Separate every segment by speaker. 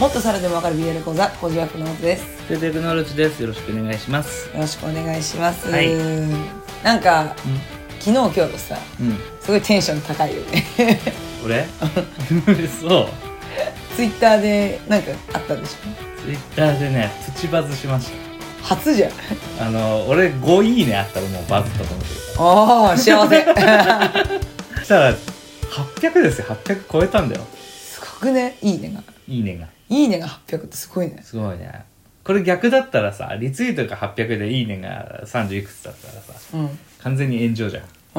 Speaker 1: もっとさらでもわかる BL 講座工事役の音です
Speaker 2: でテクノロジーですよろしくお願いします
Speaker 1: よろしくお願いします、
Speaker 2: はい
Speaker 1: なんか
Speaker 2: う
Speaker 1: 昨日今日とさ
Speaker 2: んうん
Speaker 1: すごいテンション高いよね
Speaker 2: 俺 そう
Speaker 1: ツイッターでなんかあったでしょ
Speaker 2: ツイッターでねプチバズしまし
Speaker 1: 初 じゃん
Speaker 2: たあの俺5いいねあったらもうバズったと思ってるか
Speaker 1: おお幸せ
Speaker 2: らそしたら800ですよ800超えたんだよ
Speaker 1: すごくねいいねが
Speaker 2: いいねが
Speaker 1: いいねが800ってすごいね
Speaker 2: すごいねこれ逆だったらさリツイートが800でいいねが30いくつだったらさ
Speaker 1: うん
Speaker 2: 完全に炎上じゃん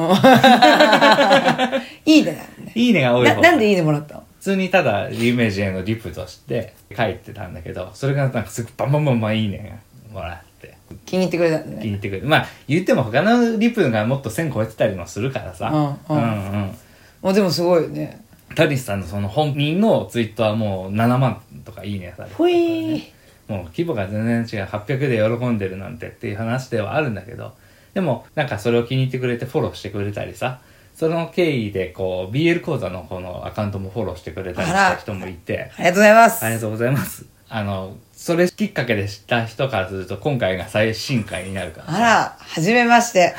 Speaker 1: いいねだよね
Speaker 2: いいねが多い
Speaker 1: な
Speaker 2: 方
Speaker 1: なんでいいねもらったの
Speaker 2: 普通にただ有名人へのリプとして書いてたんだけどそれがなんかすごいバンバンバンバンいいねがもらって
Speaker 1: 気に入ってくれたんだ
Speaker 2: 気に
Speaker 1: ね
Speaker 2: 入ってくるまあ言っても他のリプがもっと1000超えてたりもするからさ
Speaker 1: うんうん
Speaker 2: うんうん
Speaker 1: もうでもすごいよね
Speaker 2: タリスさんのその本人のツイートはもう7万とかいいねされてるか
Speaker 1: ほ
Speaker 2: らね
Speaker 1: い
Speaker 2: もう規模が全然違う800で喜んでるなんてっていう話ではあるんだけどでもなんかそれを気に入ってくれてフォローしてくれたりさその経緯でこう BL 講座のこのアカウントもフォローしてくれたりした人もいて
Speaker 1: ありがとうございます
Speaker 2: ありがとうございますあのそれきっかけで知った人からすると今回が最新回になるから
Speaker 1: あらはじめまして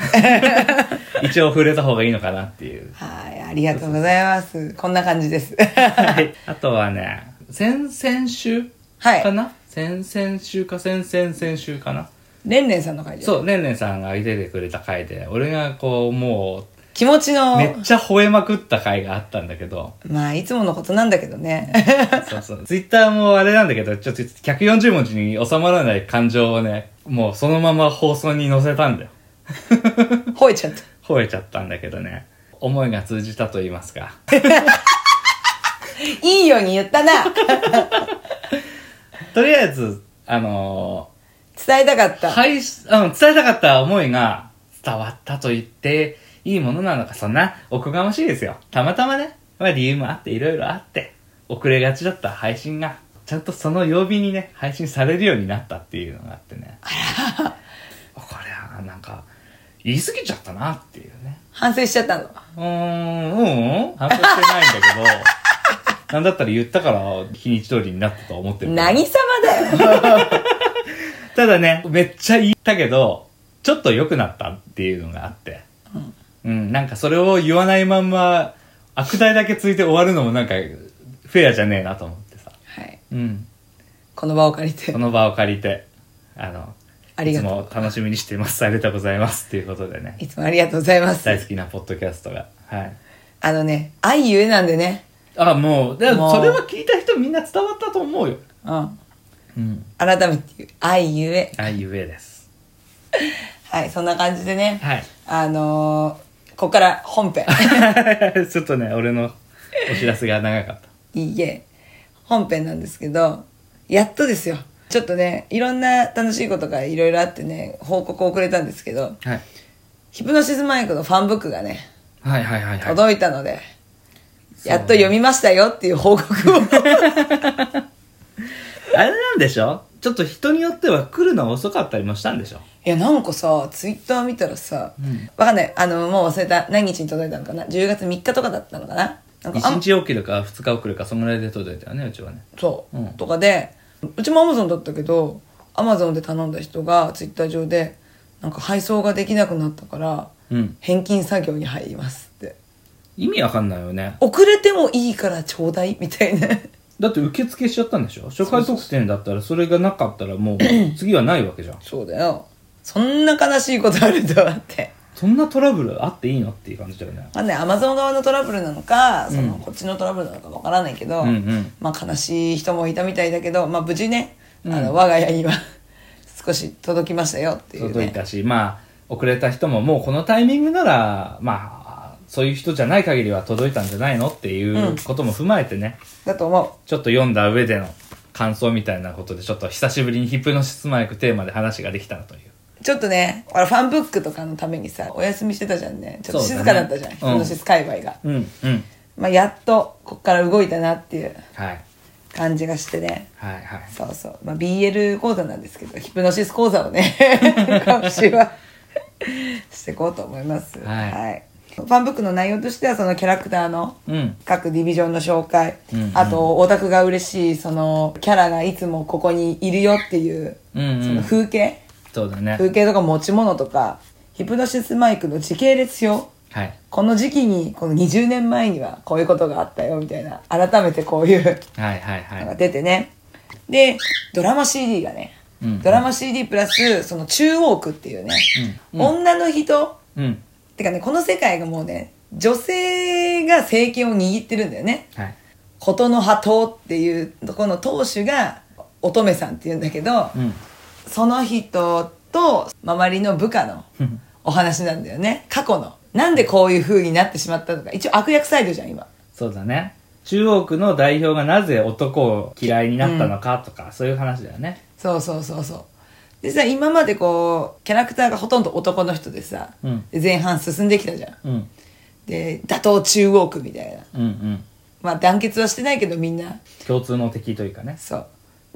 Speaker 2: 一応触れた方がいいのかなっていう
Speaker 1: はいありがとうございますこんな感じです
Speaker 2: はい、あとはね先々週
Speaker 1: はい
Speaker 2: かな、先々週か先々々週かな
Speaker 1: レンレンさんの会で
Speaker 2: そうねんねんさんが出てくれた回で俺がこうも
Speaker 1: 気持ち
Speaker 2: う
Speaker 1: の
Speaker 2: めっちゃ吠えまくった回があったんだけど
Speaker 1: まあいつものことなんだけどね
Speaker 2: そうそうツイッターもあれなんだけどちょっと140文字に収まらない感情をねもうそのまま放送に載せたんだよ
Speaker 1: 吠えちゃった
Speaker 2: 吠えちゃったんだけどね思いが通じたと言いますか
Speaker 1: いいように言ったな
Speaker 2: とりあえずあのー
Speaker 1: 伝えたかった、
Speaker 2: はい、うん、伝えたかった思いが伝わったと言っていいものなのか、そんなおこがましいですよ。たまたまね、まあ理由もあっていろいろあって、遅れがちだった配信が、ちゃんとその曜日にね、配信されるようになったっていうのがあってね。 これはなんか、言い過ぎちゃったなっていうね。
Speaker 1: 反省しちゃったの
Speaker 2: うーん、うん、うん、反省してないんだけど、なんだったら言ったから日にち通りになったと思ってるから。
Speaker 1: 何様 だよ
Speaker 2: ただね、めっちゃ言ったけど、ちょっと良くなったっていうのがあって。うん。なんかそれを言わないまんま、悪態だけついて終わるのもなんか、フェアじゃねえなと思ってさ。
Speaker 1: はい
Speaker 2: うん。
Speaker 1: この場を借りて
Speaker 2: この場を借りて、あの、
Speaker 1: ありが
Speaker 2: いつ
Speaker 1: と
Speaker 2: も楽しみにしています。ありがとうございます。っていうことでね
Speaker 1: う。いつもありがとうございます
Speaker 2: 大好きなポッドキャストが。はい。
Speaker 1: あのね愛ゆえなんでね
Speaker 2: あ、もう、で
Speaker 1: も
Speaker 2: も
Speaker 1: う
Speaker 2: それは聞いた人みんな伝わったと思うよ。
Speaker 1: うん
Speaker 2: うん。
Speaker 1: 改めて言う愛ゆえ
Speaker 2: あいうえです。
Speaker 1: はいそんな感じでね、
Speaker 2: はい。
Speaker 1: あのー、ここから本編
Speaker 2: ちょっとね、俺のお知らせが長かった。
Speaker 1: いいえ本編なんですけどやっとですよちょっとねいろんな楽しいことがいろいろあってね報告をくれたんですけど
Speaker 2: はい。
Speaker 1: ヒプノシスマイクのファンブックがね
Speaker 2: はいはいはいはい。
Speaker 1: 届いたので、やっと読みましたよっていう報告を
Speaker 2: あれなんでしょちょっと人によっては来るの遅かったりもしたんでしょ
Speaker 1: いやなんかさツイッター見たらさ、
Speaker 2: うん
Speaker 1: わかんないあのもう忘れた何日に届いたのかな10月3日とかだったのかななんかあん
Speaker 2: ?1 日遅れるか2日遅れるかそんぐらいで届いたよねうちはね
Speaker 1: そう、
Speaker 2: うん
Speaker 1: とかでうちもアマゾンだったけどアマゾンで頼んだ人がツイッター上でなんか配送ができなくなったから、
Speaker 2: うん
Speaker 1: 返金作業に入りますって
Speaker 2: 意味わかんないよね
Speaker 1: 遅れてもいいからちょうだいみたいな
Speaker 2: だって受付しちゃったんでしょ初回特典だったらそれがなかった らもう次はないわけじゃん
Speaker 1: そうだよそんな悲しいことあるとはって
Speaker 2: そんなトラブルあっていいのっていう感じだよね
Speaker 1: まあねアマゾン側のトラブルなのかその、
Speaker 2: うん
Speaker 1: こっちのトラブルなのかわからないけど、
Speaker 2: うんうん
Speaker 1: まあ、悲しい人もいたみたいだけど、まあ、無事ね、あ
Speaker 2: う
Speaker 1: の
Speaker 2: ん
Speaker 1: 我が家には 少し届きましたよっていう、ね、
Speaker 2: 届いたしまあ遅れた人ももうこのタイミングならまあそういう人じゃない限りは届いたんじゃないのっていうことも踏まえてね、
Speaker 1: だと思う
Speaker 2: ちょっと読んだ上での感想みたいなことで、ちょっと久しぶりにヒプノシスマイクテーマで話ができたなという。
Speaker 1: ちょっとね、ほらファンブックとかのためにさ、お休みしてたじゃんね。ちょっと
Speaker 2: そう
Speaker 1: 静
Speaker 2: だね
Speaker 1: かだったじゃん、
Speaker 2: うん
Speaker 1: ヒプノシス界隈が。
Speaker 2: うん、うん。
Speaker 1: まあ、やっと、こっから動いたなっていう
Speaker 2: はい。
Speaker 1: 感じがしてね。
Speaker 2: はい、はい。
Speaker 1: そうそう。まあ、BL 講座なんですけど、ヒプノシス 講座をね、今週はしていこうと思います。
Speaker 2: はい
Speaker 1: ファンブックの内容としてはそのキャラクターの
Speaker 2: うん。
Speaker 1: 各ディビジョンの紹介、
Speaker 2: うんうん
Speaker 1: あとオタクが嬉しいそのキャラがいつもここにいるよっていう、
Speaker 2: うんうん
Speaker 1: その風景
Speaker 2: そうだね。
Speaker 1: 風景とか持ち物とかヒプノシスマイクの時系列表
Speaker 2: はい。
Speaker 1: この時期にこの20年前にはこういうことがあったよみたいな改めてこういう
Speaker 2: はいはいは
Speaker 1: のが
Speaker 2: い。
Speaker 1: 出てねでドラマ CD がね、
Speaker 2: うん
Speaker 1: ドラマ CD プラスその中央区っていうね、
Speaker 2: うん
Speaker 1: 女の人
Speaker 2: うん。
Speaker 1: てかねこの世界がもうね女性が政権を握ってるんだよね
Speaker 2: はい。
Speaker 1: 琴の葉党っていうところの当主が乙女さんっていうんだけど、
Speaker 2: うん。
Speaker 1: その人と周りの部下の
Speaker 2: うん
Speaker 1: お話なんだよね過去のなんでこういう風になってしまったのか一応悪役サイドじゃん今
Speaker 2: そうだね。中央区の代表がなぜ男を嫌いになったのかとか、そういう話だよね。
Speaker 1: そうそうそうそうでさ今までこうキャラクターがほとんど男の人でさ、
Speaker 2: うん
Speaker 1: で前半進んできたじゃん
Speaker 2: うん。
Speaker 1: で打倒中央区みたいな
Speaker 2: うんうん。
Speaker 1: まあ団結はしてないけどみんな
Speaker 2: 共通の敵というかね。
Speaker 1: そう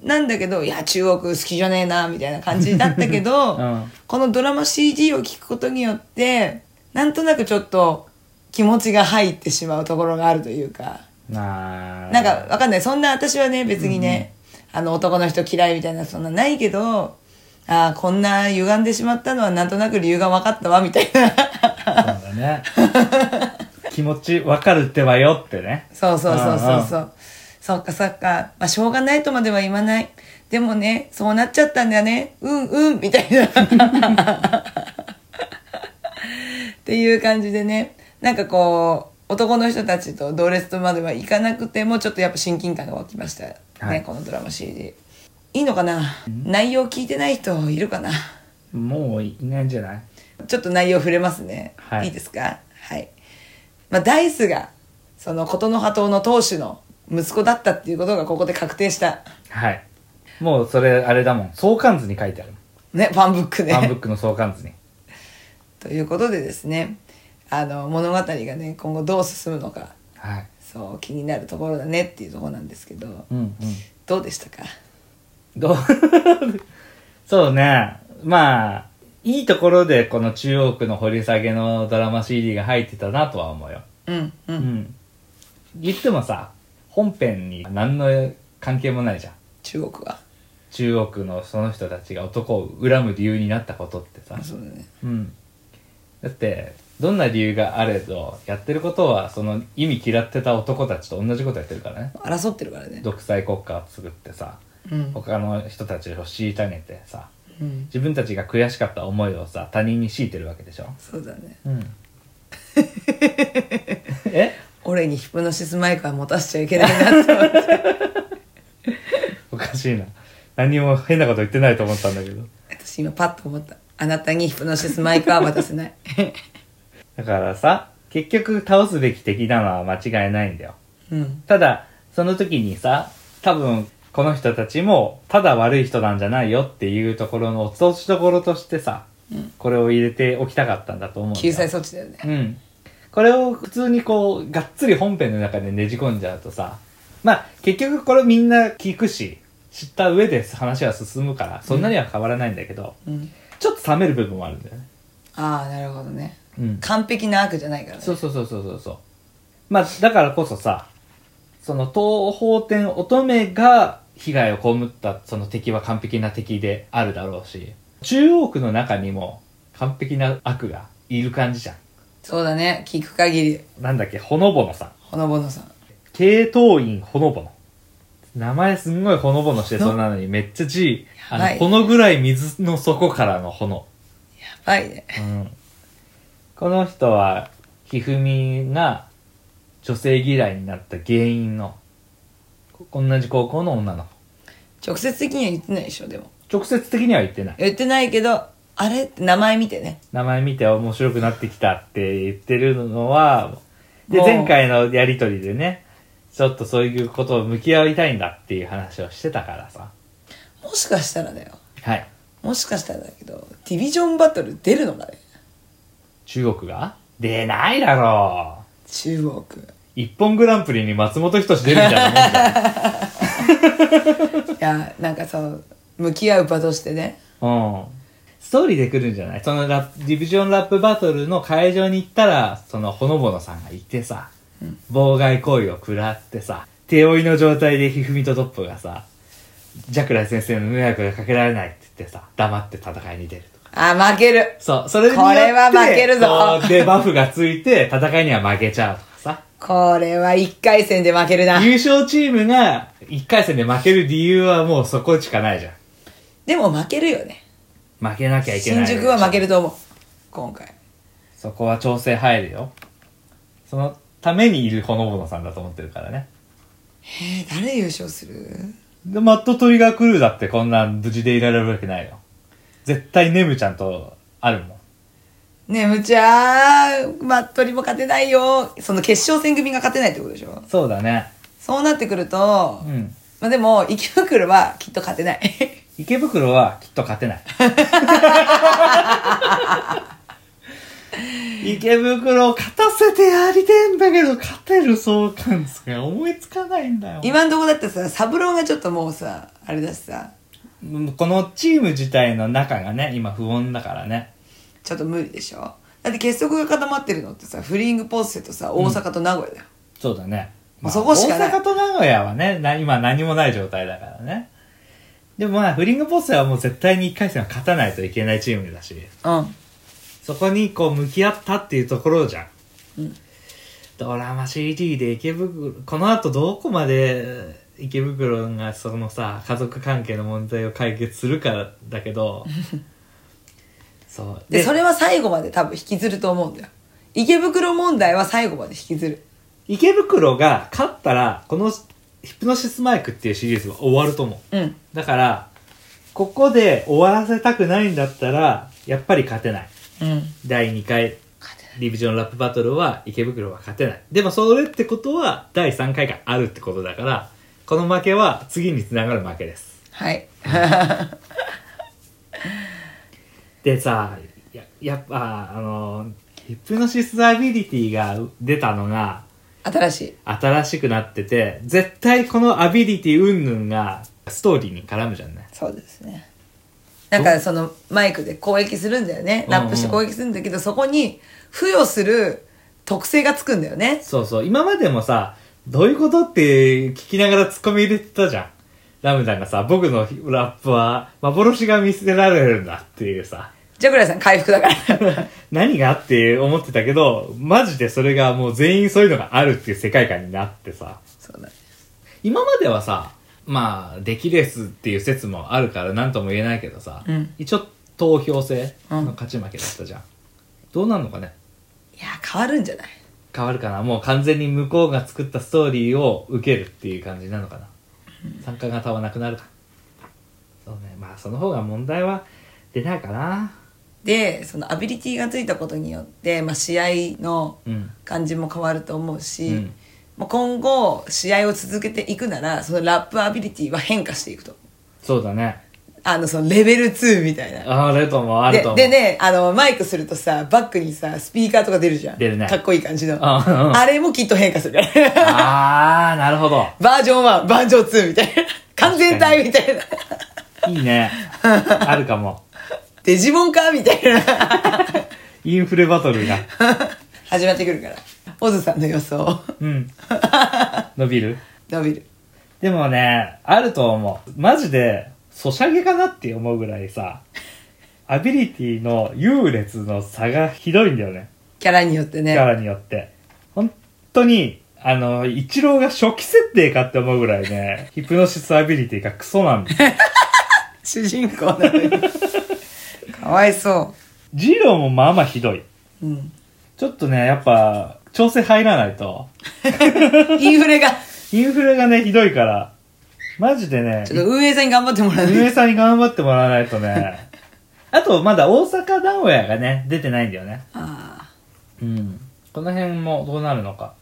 Speaker 1: なんだけどいや中国好きじゃねえなみたいな感じだったけど、
Speaker 2: うん
Speaker 1: このドラマ CD を聴くことによってなんとなくちょっと気持ちが入ってしまうところがあるというか
Speaker 2: なあ。
Speaker 1: なんかわかんないそんな私はね別にね、あの男の人嫌いみたいなそんなないけどああこんな歪んでしまったのはなんとなく理由が分かったわみたいな
Speaker 2: そうだ ね。気持ちわかるってばよってね。
Speaker 1: そうそうそうそう
Speaker 2: う
Speaker 1: そ
Speaker 2: ん
Speaker 1: うそっかそっか、まあ、しょうがないとまでは言わないでもねそうなっちゃったんだよねうんうんみたいな っていう感じでねなんかこう男の人たちと同列とまではいかなくてもちょっとやっぱ親近感が湧きましたね、
Speaker 2: はい
Speaker 1: このドラマ CD いいのかな内容聞いてない人いるかな
Speaker 2: うんもういないんじゃない
Speaker 1: ちょっと内容触れますね。
Speaker 2: はい
Speaker 1: い、いですかはい。まあ、ダイスが、その、琴の葉党の当主の息子だったっていうことがここで確定した。
Speaker 2: はい。もうそれ、あれだもん。相関図に書いてある。
Speaker 1: ね、ファンブック
Speaker 2: ファンブ
Speaker 1: ね。
Speaker 2: ックの相関図に。
Speaker 1: ということでですね、あの、物語がね、今後どう進むのか、
Speaker 2: はい。
Speaker 1: そう、気になるところだねっていうところなんですけど、
Speaker 2: うんうん。
Speaker 1: どうでしたか
Speaker 2: どう そうね。まあ、いいところでこの中央区の掘り下げのドラマ CD が入ってたなとは思うよ。
Speaker 1: うん、う。
Speaker 2: うんん。言ってもさ、本編に何の関係もないじゃん。
Speaker 1: 中国は。
Speaker 2: 中央区のその人たちが男を恨む理由になったことってさ。
Speaker 1: そうだね。
Speaker 2: うん。だって、どんな理由があれど、やってることはその意味嫌ってた男たちと同じことやってるからね。
Speaker 1: 争ってるからね。
Speaker 2: 独裁国家を作ってさ、
Speaker 1: うん。
Speaker 2: 他の人たちを虐げてさ、
Speaker 1: うん。
Speaker 2: 自分たちが悔しかった思いをさ他人に強いてるわけでしょ
Speaker 1: そうだね。
Speaker 2: うん え
Speaker 1: 俺にヒプノシスマイクは持たせちゃいけないなって思って
Speaker 2: おかしいな何も変なこと言ってないと思ったんだけど
Speaker 1: 私今パッと思ったあなたにヒプノシスマイクは渡せ ない
Speaker 2: だからさ結局倒すべき敵なのは間違いないんだよ
Speaker 1: うん
Speaker 2: ただその時にさ多分この人たちもただ悪い人なんじゃないよっていうところの落としどころとしてさ、これを入れておきたかったんだと思うんだよ
Speaker 1: 救済措置だよね
Speaker 2: うん。これを普通にこう、がっつり本編の中でねじ込んじゃうとさ、まあ、結局これみんな聞くし、知った上で話は進むから、そんなには変わらないんだけど、
Speaker 1: うん
Speaker 2: ちょっと冷める部分もあるんだよね。
Speaker 1: ああなるほどね
Speaker 2: うん。
Speaker 1: 完璧な悪じゃないからね
Speaker 2: そうそうそうそうそうそう。まあ、だからこそさ、その東方天乙女が被害を被ったその敵は完璧な敵であるだろうし、中央区の中にも完璧な悪がいる感じじゃん。
Speaker 1: そうだね聞く限り
Speaker 2: なんだっけ、ほのぼのさん。
Speaker 1: ほのぼのさん
Speaker 2: 系統院ほのぼの。名前すんごいほのぼのしてそうなのにめっちゃ G、あ
Speaker 1: は
Speaker 2: の、
Speaker 1: い
Speaker 2: このぐらい水の底からのほの。
Speaker 1: やばいね
Speaker 2: うん。この人は、ひふみが女性嫌いになった原因の、こ同じ高校の女の子。
Speaker 1: 直接的には言ってないでしょでも
Speaker 2: 直接的には言ってない。
Speaker 1: 言ってないけどあれって名前見てね
Speaker 2: 名前見て面白くなってきたって言ってるのは、で、
Speaker 1: もう
Speaker 2: 前回のやりとりでね、ちょっとそういうことを向き合いたいんだっていう話をしてたからさ。
Speaker 1: もしかしたらだよ
Speaker 2: はい。
Speaker 1: もしかしたらだけどディビジョンバトル出るのかね
Speaker 2: 中国が出ないだろう。
Speaker 1: 中国
Speaker 2: 一本グランプリに松本人志出るみたいなもんだ
Speaker 1: いやなんかそう向き合う場としてね
Speaker 2: よ。うん。ストーリーで来るんじゃないそのラップディビジョンラップバトルの会場に行ったら、そのほのぼのさんがいてさ、妨害行為を食らってさ、手負いの状態でひふみとトップがさ、ジャクライ先生の迷惑がかけられないって言ってさ、黙って戦いに出るとか。
Speaker 1: あ、負ける。
Speaker 2: そう、それによっ
Speaker 1: こ
Speaker 2: て
Speaker 1: れは負けるぞ
Speaker 2: こうで、バフがついて、戦いには負けちゃうとかさ。
Speaker 1: これは一回戦で負けるな。
Speaker 2: 優勝チームが1回戦で負ける理由はもうそこしかないじゃ
Speaker 1: でも負けるよね。
Speaker 2: ん。負けなきゃいけない。
Speaker 1: 新宿は負けると思う。今回。
Speaker 2: そこは調整入るよ。そのためにいるほのぼのさんだと思ってるからね。
Speaker 1: えー、誰優勝する
Speaker 2: で、マットトリガークルーだってこんなん無事でいられるわけないよ。絶対ネムちゃんとあるもん。
Speaker 1: ねむちゃー、マットリも勝てないよ。その決勝戦組が勝てないってことでしょ
Speaker 2: そうだね。
Speaker 1: そうなってくると、
Speaker 2: うん。
Speaker 1: まあでも、池袋はきっと勝てない。
Speaker 2: 池袋はきっと勝てない。 池袋を勝たせてやりてえんだけど、勝てる相関図が思いつかないんだよ。
Speaker 1: 今んとこだってさ、サブローがちょっともうさ、あれだしさ、
Speaker 2: このチーム自体の中がね、今不穏だからね。
Speaker 1: ちょっと無理でしょだって結束が固まってるのってさ、フリングポッセとさ、大阪と名古屋だよ。
Speaker 2: そうだね。
Speaker 1: まあそこしかない
Speaker 2: 大阪と名古屋はね、な今何もない状態だからね。でもまあ、フリングポッセはもう絶対に1回戦は勝たないといけないチームだし、
Speaker 1: うん。
Speaker 2: そこにこう向き合ったっていうところじゃん。
Speaker 1: うん
Speaker 2: ドラマ CD で池袋、この後どこまで池袋がそのさ、家族関係の問題を解決するかだ けど、そう。
Speaker 1: で、それは最後まで多分引きずると思うんだよ。池袋問題は最後まで引きずる。
Speaker 2: 池袋が勝ったら、このヒプノシスマイクっていうシリーズは終わると思う。
Speaker 1: うん。
Speaker 2: だから、ここで終わらせたくないんだったら、やっぱり勝てない。
Speaker 1: うん。
Speaker 2: 第2回、リビジョンラップバトルは池袋は勝てない。でもそれってことは、第3回があるってことだから、この負けは次につながる負けです。
Speaker 1: はい。
Speaker 2: でさ、ややっぱ、あの、ヒプノシスアビリティが出たのが、
Speaker 1: 新しい。
Speaker 2: 新しくなってて、絶対このアビリティ云々がストーリーに絡むじゃない。
Speaker 1: そうですね。なんかそのマイクで攻撃するんだよね。
Speaker 2: うんうん
Speaker 1: ラップして攻撃するんだけど、そこに付与する特性がつくんだよね。
Speaker 2: そうそう、今までもさ、どういうことって聞きながらツッコミ入れてたじゃん。ラムダがさ、僕のラップは幻が見捨てられるんだっていうさ、
Speaker 1: ジャクライさん回復だから。
Speaker 2: 何がって思ってたけど、マジでそれがもう全員そういうのがあるっていう世界観になってさ、
Speaker 1: そうだね。
Speaker 2: 今まではさ、まあ、出来レースっていう説もあるから何とも言えないけどさ、
Speaker 1: うん
Speaker 2: 一応投票制の勝ち負けだったじゃん。どうなんのかね
Speaker 1: いや、変わるんじゃない
Speaker 2: 変わるかなもう完全に向こうが作ったストーリーを受けるっていう感じなのかな参加型はなくなるかそうねまあその方が問題は出ないかな
Speaker 1: で、そのアビリティがついたことによって、まあ試合の
Speaker 2: うん
Speaker 1: 感じも変わると思うし、
Speaker 2: うん
Speaker 1: もう今後試合を続けていくならそのラップアビリティは変化していくと
Speaker 2: そうだね
Speaker 1: あのそのレベル2みたいな
Speaker 2: あると思うある
Speaker 1: で
Speaker 2: と思う
Speaker 1: でねあのマイクするとさバックにさスピーカーとか出るじゃん
Speaker 2: 出るね
Speaker 1: かっこいい感じの
Speaker 2: あうんうん
Speaker 1: あれもきっと変化する から
Speaker 2: ああなるほど
Speaker 1: バージョン1バージョン2みたいな完全体みたいない
Speaker 2: い ねあるかも
Speaker 1: デジモンかみたいな
Speaker 2: インフレバトルが
Speaker 1: 始まってくるからオズさんの予想
Speaker 2: うん伸びる
Speaker 1: 伸びる
Speaker 2: でもね、あると思う。マジで、ソシャゲかなって思うぐらいさ、アビリティの優劣の差がひどいんだよね。
Speaker 1: キャラによって
Speaker 2: キ
Speaker 1: ね
Speaker 2: ャラによって。本当に、あの、イチローが初期設定かって思うぐらいね、 ヒプノシスアビリティがクソなんだ よ。
Speaker 1: 主人公なのにかわいそ
Speaker 2: ジローもまあまあひどい。
Speaker 1: う、うん、
Speaker 2: ちょっとね、やっぱ、調整入らないと。
Speaker 1: インフレが
Speaker 2: インフレがね、ひどいから、マジでね、
Speaker 1: ちょっと運営さんに頑張ってもらう
Speaker 2: 運営さんに頑張ってもらわないと ね。あと、まだ大阪名古屋がね、出てないんだよね。
Speaker 1: あ
Speaker 2: うん。この辺もどうなるの か。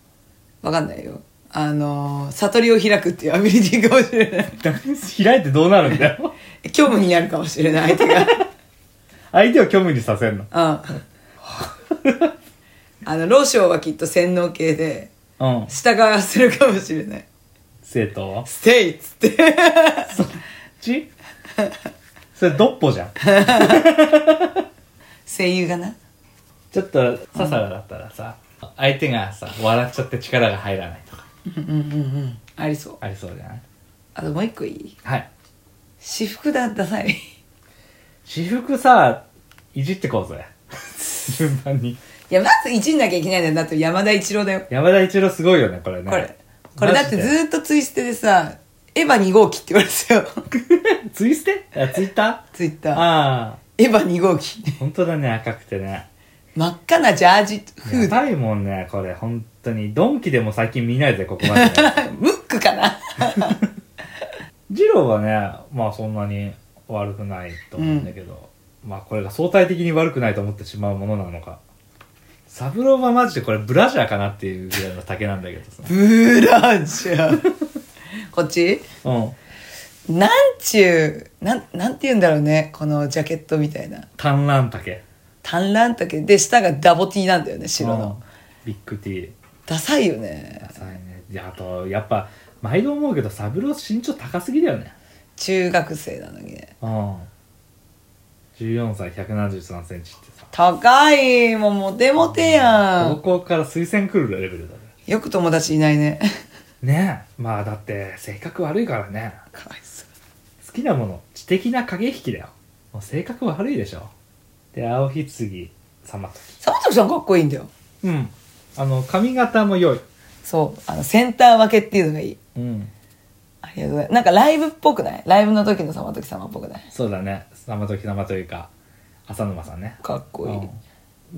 Speaker 1: あ、わかんないよ。あのー、悟りを開くっていうアビリティかもしれない。
Speaker 2: 開いてどうなるんだ よ。
Speaker 1: 虚無になるかもしれない、相手
Speaker 2: 相手を虚無にさせんの。
Speaker 1: が。うん。 あの、老将はきっと洗脳系で、
Speaker 2: うん。
Speaker 1: 従わせるかもしれない。
Speaker 2: 生徒を。
Speaker 1: ステイっつって。
Speaker 2: そっちそそれドッポじゃん。
Speaker 1: 声優がな。
Speaker 2: ちょっと、ささらだったらさ、相手がさ、笑っちゃって力が入らないとか、
Speaker 1: うんうんうんうん。ありそう。
Speaker 2: ありそうじゃない
Speaker 1: あともう一個いい
Speaker 2: はい。
Speaker 1: 私服だ、ダサい。
Speaker 2: 私服さ、いじってこうぜ。 順番に。
Speaker 1: いや、まずいじんなきゃいけないんだよ。だって山田一郎だよ。
Speaker 2: 山田一郎すごいよね、これね。
Speaker 1: これ。これだって
Speaker 2: マジ
Speaker 1: ずーっとツイステでさ、エヴァ2号機って言われてたよ。
Speaker 2: でツイステあ、ツイッタ
Speaker 1: ツイッ
Speaker 2: ー
Speaker 1: ター。
Speaker 2: ああ。
Speaker 1: エヴァ2号機。
Speaker 2: 本当だね、赤くてね。
Speaker 1: 真っ赤なジャージ、フ
Speaker 2: や
Speaker 1: ー ド。
Speaker 2: ばいもんね、これ、本当に。ドンキでも最近見ないぜ、ここまで。
Speaker 1: ムックかな。
Speaker 2: ジローはね、まあそんなに悪くないと思うんだけど、まあこれが相対的に悪くないと思ってしまうものなのか。サブローはマジでこれブラジャーかなっていうぐらいの丈なんだけどさ
Speaker 1: ブラジャー。こっち
Speaker 2: うん。
Speaker 1: なんちゅう、なん、なんて言うんだろうね。このジャケットみたいな。
Speaker 2: 単乱丈。
Speaker 1: 単乱丈で、下がダボティなんだよね、白の。
Speaker 2: うん。ビッグ T。
Speaker 1: ダサいよね
Speaker 2: ダ。サいね。で、あと、やっぱ、毎度思うけど、サブロー身長高すぎだよね。
Speaker 1: 中学生なのにね。
Speaker 2: うん。14歳173センチってさ。
Speaker 1: 高いもうモテモテや
Speaker 2: 高
Speaker 1: ん。
Speaker 2: 校から推薦来るレベルだね。
Speaker 1: よく友達いないね。
Speaker 2: ねえ。まあだって、性格悪い からね。
Speaker 1: かわいそう。
Speaker 2: 好きなもの知的な駆け引きだよもう性格悪いでしょで青ひつぎ様と
Speaker 1: サマトさんかっこいいんだよ。
Speaker 2: うんあの髪型も良い
Speaker 1: そう。あの、センター分けっていうのがいい。
Speaker 2: うん
Speaker 1: ありがとうございます。なんかライブっぽくないライブの時のサマトキ様っぽくない
Speaker 2: そうだね様とき様というか浅沼さんね
Speaker 1: かっこいい。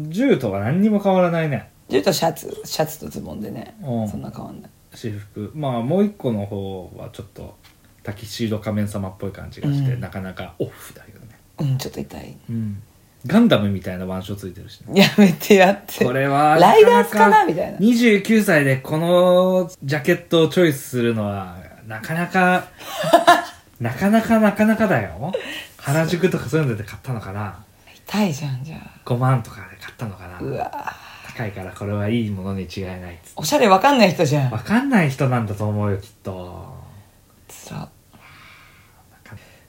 Speaker 2: うん銃とは何にも変わらないね
Speaker 1: ちょっとシャツ、シャツとズボンでね。
Speaker 2: うん
Speaker 1: そんな変わんない。
Speaker 2: 私服まあもう一個の方はちょっとタキシード仮面様っぽい感じがして、
Speaker 1: うん
Speaker 2: なかなかオフだけどね
Speaker 1: うん、ちょっと痛い。
Speaker 2: うんガンダムみたいな腕章ついてるしね
Speaker 1: やめてやって。
Speaker 2: これは
Speaker 1: ライダースかな
Speaker 2: か
Speaker 1: みたいな。
Speaker 2: 29歳でこのジャケットをチョイスするのはなかな かなかなかなかなかだよ原宿とかそういうので買ったのかな
Speaker 1: 痛いじゃん、じゃあ。
Speaker 2: 5万とかで買ったのか
Speaker 1: う
Speaker 2: な
Speaker 1: わ
Speaker 2: 高いからこれはいいものに違いないっつ
Speaker 1: おしゃれわかんない人じゃん。
Speaker 2: わかんない人なんだと思うよきっと
Speaker 1: つら。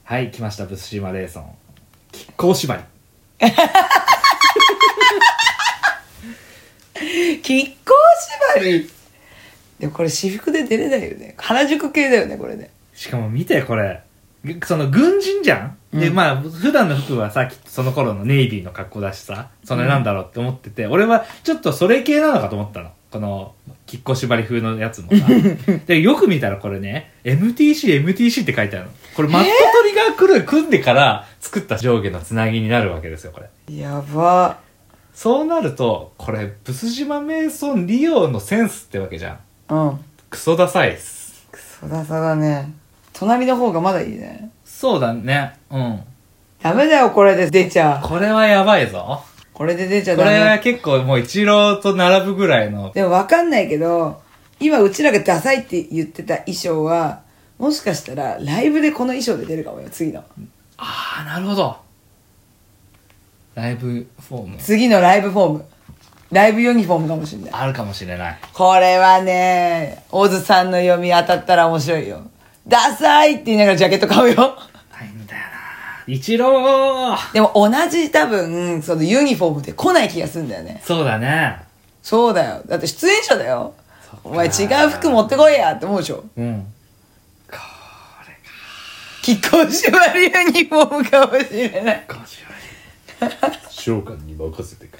Speaker 2: はい来ましたブスシマレーソン亀甲縛り
Speaker 1: 亀甲縛りでもこれ私服で出れないよね。原宿系だよね、これね。
Speaker 2: しかも見てこれぐその軍人じゃん、で
Speaker 1: うん
Speaker 2: まあ普段の服はさきっとその頃のネイビーの格好だしさそれなんだろうって思ってて、俺はちょっとそれ系なのかと思ったのこのきっこ縛り風のやつ もさでよく見たらこれね MTCMTC って書いてあるのこれマット取りが来る組んでから作った上下のつなぎになるわけですよこれ
Speaker 1: やば。
Speaker 2: そうなるとこれブス島メイソン利用のセンスってわけじゃん
Speaker 1: うん。
Speaker 2: クソダサいっす
Speaker 1: クソダサだね。隣の方がまだいいね。
Speaker 2: そうだねうん
Speaker 1: ダメだよ、これで出ちゃ。
Speaker 2: これはやばいぞ
Speaker 1: これで出ちゃ
Speaker 2: こ
Speaker 1: ダ
Speaker 2: れは
Speaker 1: メ。
Speaker 2: 結構もう一郎と並ぶぐらいの。
Speaker 1: でもわかんないけど、今うちらがダサいって言ってた衣装は、もしかしたらライブでこの衣装で出るかもよ、次の。
Speaker 2: ああ、なるほど。ライブフォーム。
Speaker 1: 次のライブフォーム。ライブユニフォームかもしんない。
Speaker 2: あるかもしれない。
Speaker 1: これはね、大津さんの読み当たったら面白いよ。ダサいって言いながらジャケット買うよ。
Speaker 2: ないんだよな。一郎
Speaker 1: でも同じ多分、そのユニフォームで来ない気がするんだよね。
Speaker 2: そうだね。
Speaker 1: そうだよ。だって出演者だよ
Speaker 2: そっ。か
Speaker 1: お前違う服持ってこいやって思うでしょ。
Speaker 2: うん。
Speaker 1: 亀甲縛りユニフォームかもしれない。
Speaker 2: かもしれない。召喚に任せてく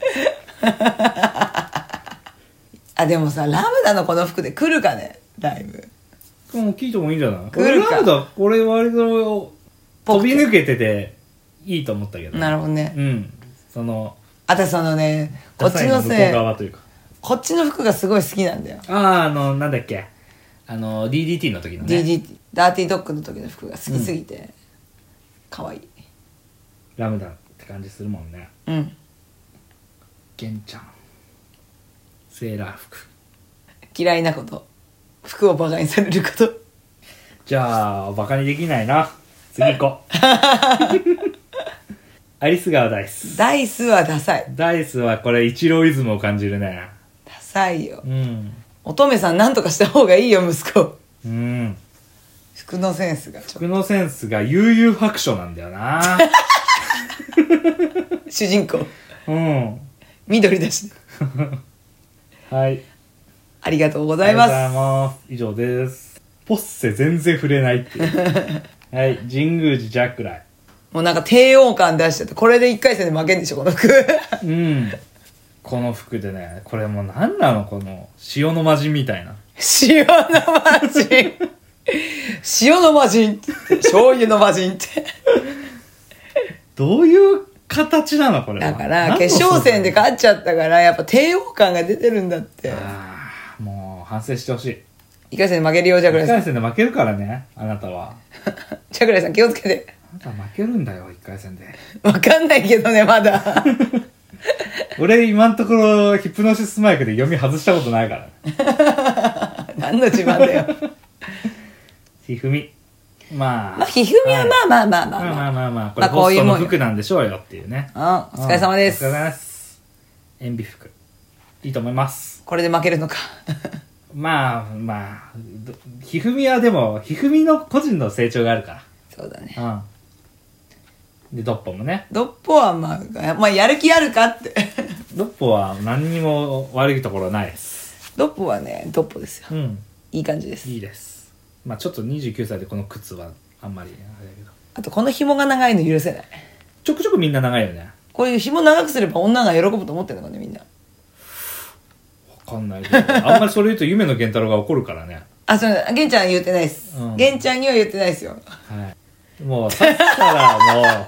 Speaker 1: あ、でもさ、ラムダのこの服で来るかねライブ。
Speaker 2: れ。もう聞いてもいいんじゃない
Speaker 1: 来るか
Speaker 2: 俺なんだ、俺割と飛び抜けてていいと思ったけど。
Speaker 1: なるほどね。
Speaker 2: うん。その、
Speaker 1: あとそのね、こ
Speaker 2: ダ
Speaker 1: っ
Speaker 2: サ
Speaker 1: ち
Speaker 2: いの
Speaker 1: の
Speaker 2: 向こ
Speaker 1: せ
Speaker 2: う
Speaker 1: い、
Speaker 2: 側というか。
Speaker 1: こっちの服がすごい好きなんだよ。
Speaker 2: ああ、あの、なんだっけ。あの、DDT の時のね。
Speaker 1: DD、ダーティードッグの時の服が好きすぎて、可愛いい。
Speaker 2: ラムダって感じするもんね
Speaker 1: うん。
Speaker 2: ゲンちゃんセーラー服
Speaker 1: 嫌いなこと。服をバカにされること。
Speaker 2: じゃあバカにできないな次行 こうアリス川ダイス
Speaker 1: ダイスはダサい。
Speaker 2: ダイスはこれ一郎イズムを感じるね
Speaker 1: ダサいよ。
Speaker 2: うん
Speaker 1: 乙女さんなんとかした方がいいよ、息子。
Speaker 2: うん
Speaker 1: 服のセンスがちょっ
Speaker 2: 服のセンスが悠々白書なんだよ な
Speaker 1: と主人公
Speaker 2: うん
Speaker 1: 緑だし
Speaker 2: はい
Speaker 1: ありがとうご
Speaker 2: あり
Speaker 1: ざいま
Speaker 2: がとうご
Speaker 1: す
Speaker 2: ざいます。以上です。ポッセ全然触れないって いう。はい、神宮寺ジャックライ。
Speaker 1: もうなんか帝王感出しちゃってこれで1回戦で負けんでしょこの服
Speaker 2: うん。この服でね、これもう何なのこの、潮の魔人みたいな。
Speaker 1: 塩の魔人塩の魔人醤油の魔人って
Speaker 2: どういう形なのこれは
Speaker 1: だから決勝戦で。勝っちゃったからやっぱ帝王感が出てるんだって
Speaker 2: 何のあーもう反省してほしい。
Speaker 1: 1回戦で負けるよジャクライ
Speaker 2: 1
Speaker 1: さん
Speaker 2: 回戦で負けるからね、あなたは。
Speaker 1: ジャクライさん気をつけて
Speaker 2: あなた負けるんだよ、1回戦で。
Speaker 1: わかんないけどねまだ
Speaker 2: 俺今のところ、ヒプノシスマイクで読み外したことないからね。
Speaker 1: 何の自慢だよ
Speaker 2: ひふみ。まあ。
Speaker 1: まあひふみはまあまあまあまあまあ、
Speaker 2: まあまあまあ、こ
Speaker 1: ま
Speaker 2: れ
Speaker 1: あこ
Speaker 2: ホ
Speaker 1: う
Speaker 2: ス
Speaker 1: いう
Speaker 2: ト
Speaker 1: もん
Speaker 2: の
Speaker 1: よ
Speaker 2: 服なんでしょうよっていうね。
Speaker 1: うん、お疲れ様です
Speaker 2: うんお疲れ様です。塩ビ服。いいと思います。
Speaker 1: これで負けるのか
Speaker 2: まあまあ、どひふみはでも、ひふみの個人の成長があるか
Speaker 1: そうだね
Speaker 2: ら。うん。で、ドッポもね。
Speaker 1: ドッポはまあ、まあ、やる気あるかって
Speaker 2: ドッポは何にも悪いところはないです。
Speaker 1: ドッポはねドッポですよ
Speaker 2: うん。
Speaker 1: いい感じです
Speaker 2: いいです。まあちょっと29歳でこの靴はあんまりあれだけど。
Speaker 1: あとこの紐が長いの許せない
Speaker 2: ちょくちょくみんな長いよね。
Speaker 1: こういう紐長くすれば女が喜ぶと思ってるのかねみんな
Speaker 2: わかんないけど。あんまりそれ言うと夢の源太郎が怒るからね。
Speaker 1: あそう玄ちゃんは言ってないです
Speaker 2: うん
Speaker 1: 玄、ちゃんには言ってないですよ
Speaker 2: はい。もう、さっきからもう、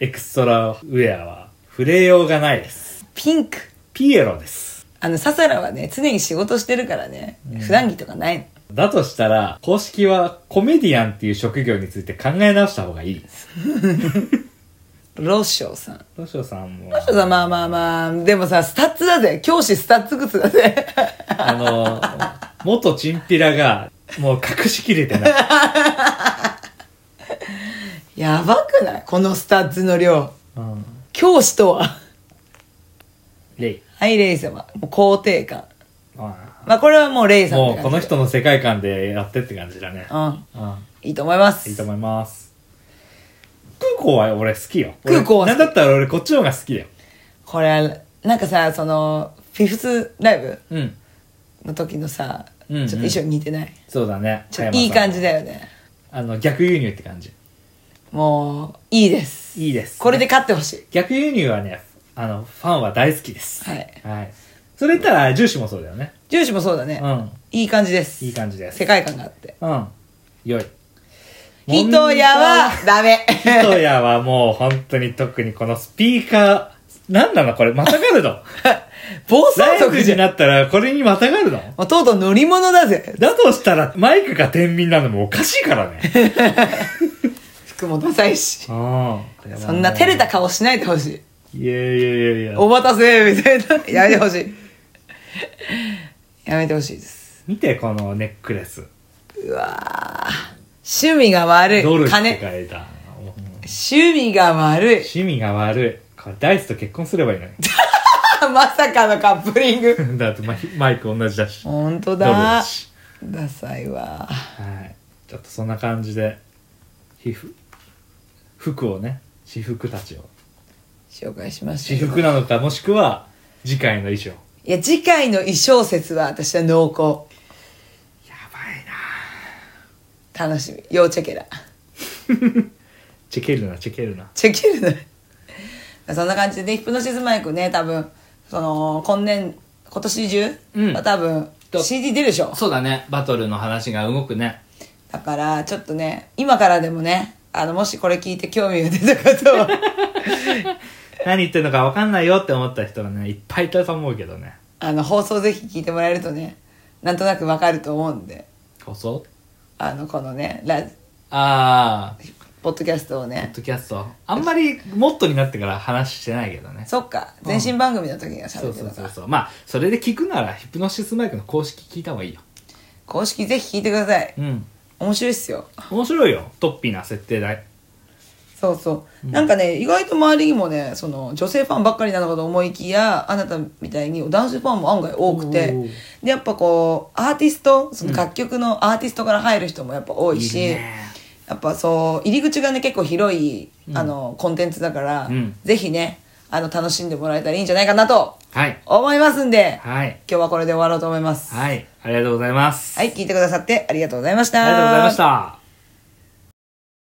Speaker 2: エクストラウェアは触れようがないです。
Speaker 1: ピンク
Speaker 2: ピエロです。
Speaker 1: あのササラはね常に仕事してるからね、普段着とかないの
Speaker 2: だとしたら、公式はコメディアンっていう職業について考え直した方がいい。
Speaker 1: ロッショーさんロ
Speaker 2: ロショさんも、
Speaker 1: ッショーさんまあまあまあでもさスタッツだぜ教師スタッツ靴だぜ
Speaker 2: あの、元チンピラが、もう隠しきれてない。
Speaker 1: やばくないこのスタッツの量
Speaker 2: うん。
Speaker 1: 教師とは
Speaker 2: レイ。
Speaker 1: はいレイ様もう肯定感
Speaker 2: あ
Speaker 1: まあこれはもうレイ
Speaker 2: ー
Speaker 1: さん
Speaker 2: もう、この
Speaker 1: 人
Speaker 2: 人の世界観でやってって感じだね。
Speaker 1: うん
Speaker 2: うん。
Speaker 1: いいと思います
Speaker 2: いいと思います。空港は俺好きよ。
Speaker 1: 空港は好
Speaker 2: 俺
Speaker 1: き
Speaker 2: なんだったら俺こっちの方が好きだよ。
Speaker 1: これなんかさそのフィフスライブ
Speaker 2: うん。
Speaker 1: の時のさ、
Speaker 2: うんうん
Speaker 1: ちょっと衣装似てない
Speaker 2: そうだね。
Speaker 1: ちょっといい感じだ
Speaker 2: よ。
Speaker 1: よね
Speaker 2: あの、逆輸入って感じ。
Speaker 1: もういいです
Speaker 2: いいです、
Speaker 1: これで。勝ってほしい
Speaker 2: 逆輸入はね、あの、ファンは大好きです。
Speaker 1: はい。
Speaker 2: はい。それ言ったら、重視もそうだよね。
Speaker 1: ジューシもそうだね、
Speaker 2: うん。
Speaker 1: いい感じです
Speaker 2: いい感じです
Speaker 1: 世界観があって
Speaker 2: うん。良い。
Speaker 1: 人やはダメ
Speaker 2: もん人やはもう本当に特にこのスピーカー、なんなのこれ、またが るの
Speaker 1: 暴
Speaker 2: ラ
Speaker 1: 走
Speaker 2: イブ
Speaker 1: 族じゃん
Speaker 2: になったらこれにまたがるの
Speaker 1: もうとうとう乗り物だぜ
Speaker 2: だとしたら、マイクが天秤なのもおかしいか らね。
Speaker 1: 服もダサいし
Speaker 2: うん。
Speaker 1: そんな照れた。顔しないでほしい
Speaker 2: いやいやいやいや。
Speaker 1: お待たせみたいなやめてほしいやめてほしいです
Speaker 2: 見て、このネックレス。
Speaker 1: うわー趣味が悪い
Speaker 2: ドルって書
Speaker 1: 金
Speaker 2: いた。うん
Speaker 1: 趣味が悪い。
Speaker 2: 趣味が悪い。これ、ダイスと結婚すればいいのに。
Speaker 1: まさかのカップリング。
Speaker 2: だってマイ、マイク同じだし。
Speaker 1: ほんと
Speaker 2: ドルだ
Speaker 1: だ。
Speaker 2: し。
Speaker 1: ダサいわ。
Speaker 2: はい。ちょっとそんな感じで、皮膚、服をね、私服たちを。
Speaker 1: 紹介しま
Speaker 2: 私
Speaker 1: した。
Speaker 2: 服なのか、もしくは、次回の衣装。
Speaker 1: いや、次回の衣装説は私は濃厚。
Speaker 2: やばいな
Speaker 1: 楽しみ。要チェケラ。
Speaker 2: チェケるな、チェケるな。
Speaker 1: チェケルだ。そんな感じでね、ヒプノシスマイクね、多分、その、今年、今年中
Speaker 2: うん
Speaker 1: は多分、
Speaker 2: と
Speaker 1: CD 出るでしょ。
Speaker 2: そうだね、バトルの話が動くね。
Speaker 1: だから、ちょっとね、今からでもね、あの、もしこれ聞いて興味が出た方 は、
Speaker 2: 何言ってんのか分かんないよって思った人はね、いっぱいいたと思うけどね。
Speaker 1: あの、放送ぜひ聞いてもらえるとね、なんとなくわかると思うんで。
Speaker 2: 放送
Speaker 1: あの、このね、ラジ
Speaker 2: あー、
Speaker 1: ポッドキャストを
Speaker 2: ポ
Speaker 1: ね
Speaker 2: ッ、ドキャスト。あんまり、モットになってから話してないけどね。
Speaker 1: そっか、前身番組の時には
Speaker 2: そ
Speaker 1: 喋
Speaker 2: う
Speaker 1: って
Speaker 2: そう
Speaker 1: たか
Speaker 2: そ
Speaker 1: ら
Speaker 2: うそう。まあ、それで聞くなら、ヒプノシスマイクの公式聞いた方がいいよ。
Speaker 1: 公式ぜひ聞いてください。
Speaker 2: うん。
Speaker 1: 面白いっすよ。
Speaker 2: 面白いよ。トッピーな設定だい。
Speaker 1: そうそう、なんかね意外と周りにもねその女性ファンばっかりなのかと思いきやあなたみたいに男性ファンも案外多くて
Speaker 2: おー
Speaker 1: でやっぱこうアーティストその楽曲のアーティストから入る人もやっぱ多いし、
Speaker 2: いるね
Speaker 1: やっぱそう入り口がね結構広い、あのコンテンツだから、
Speaker 2: うん
Speaker 1: ぜひねあの楽しんでもらえたらいいんじゃないかなと
Speaker 2: はい。
Speaker 1: 思いますんで、今
Speaker 2: はい。
Speaker 1: 日はこれで終わろうと思います。
Speaker 2: はい。ありがとうございます。
Speaker 1: はい、聞いてくださってありがとうございました。
Speaker 2: ありがとうございました。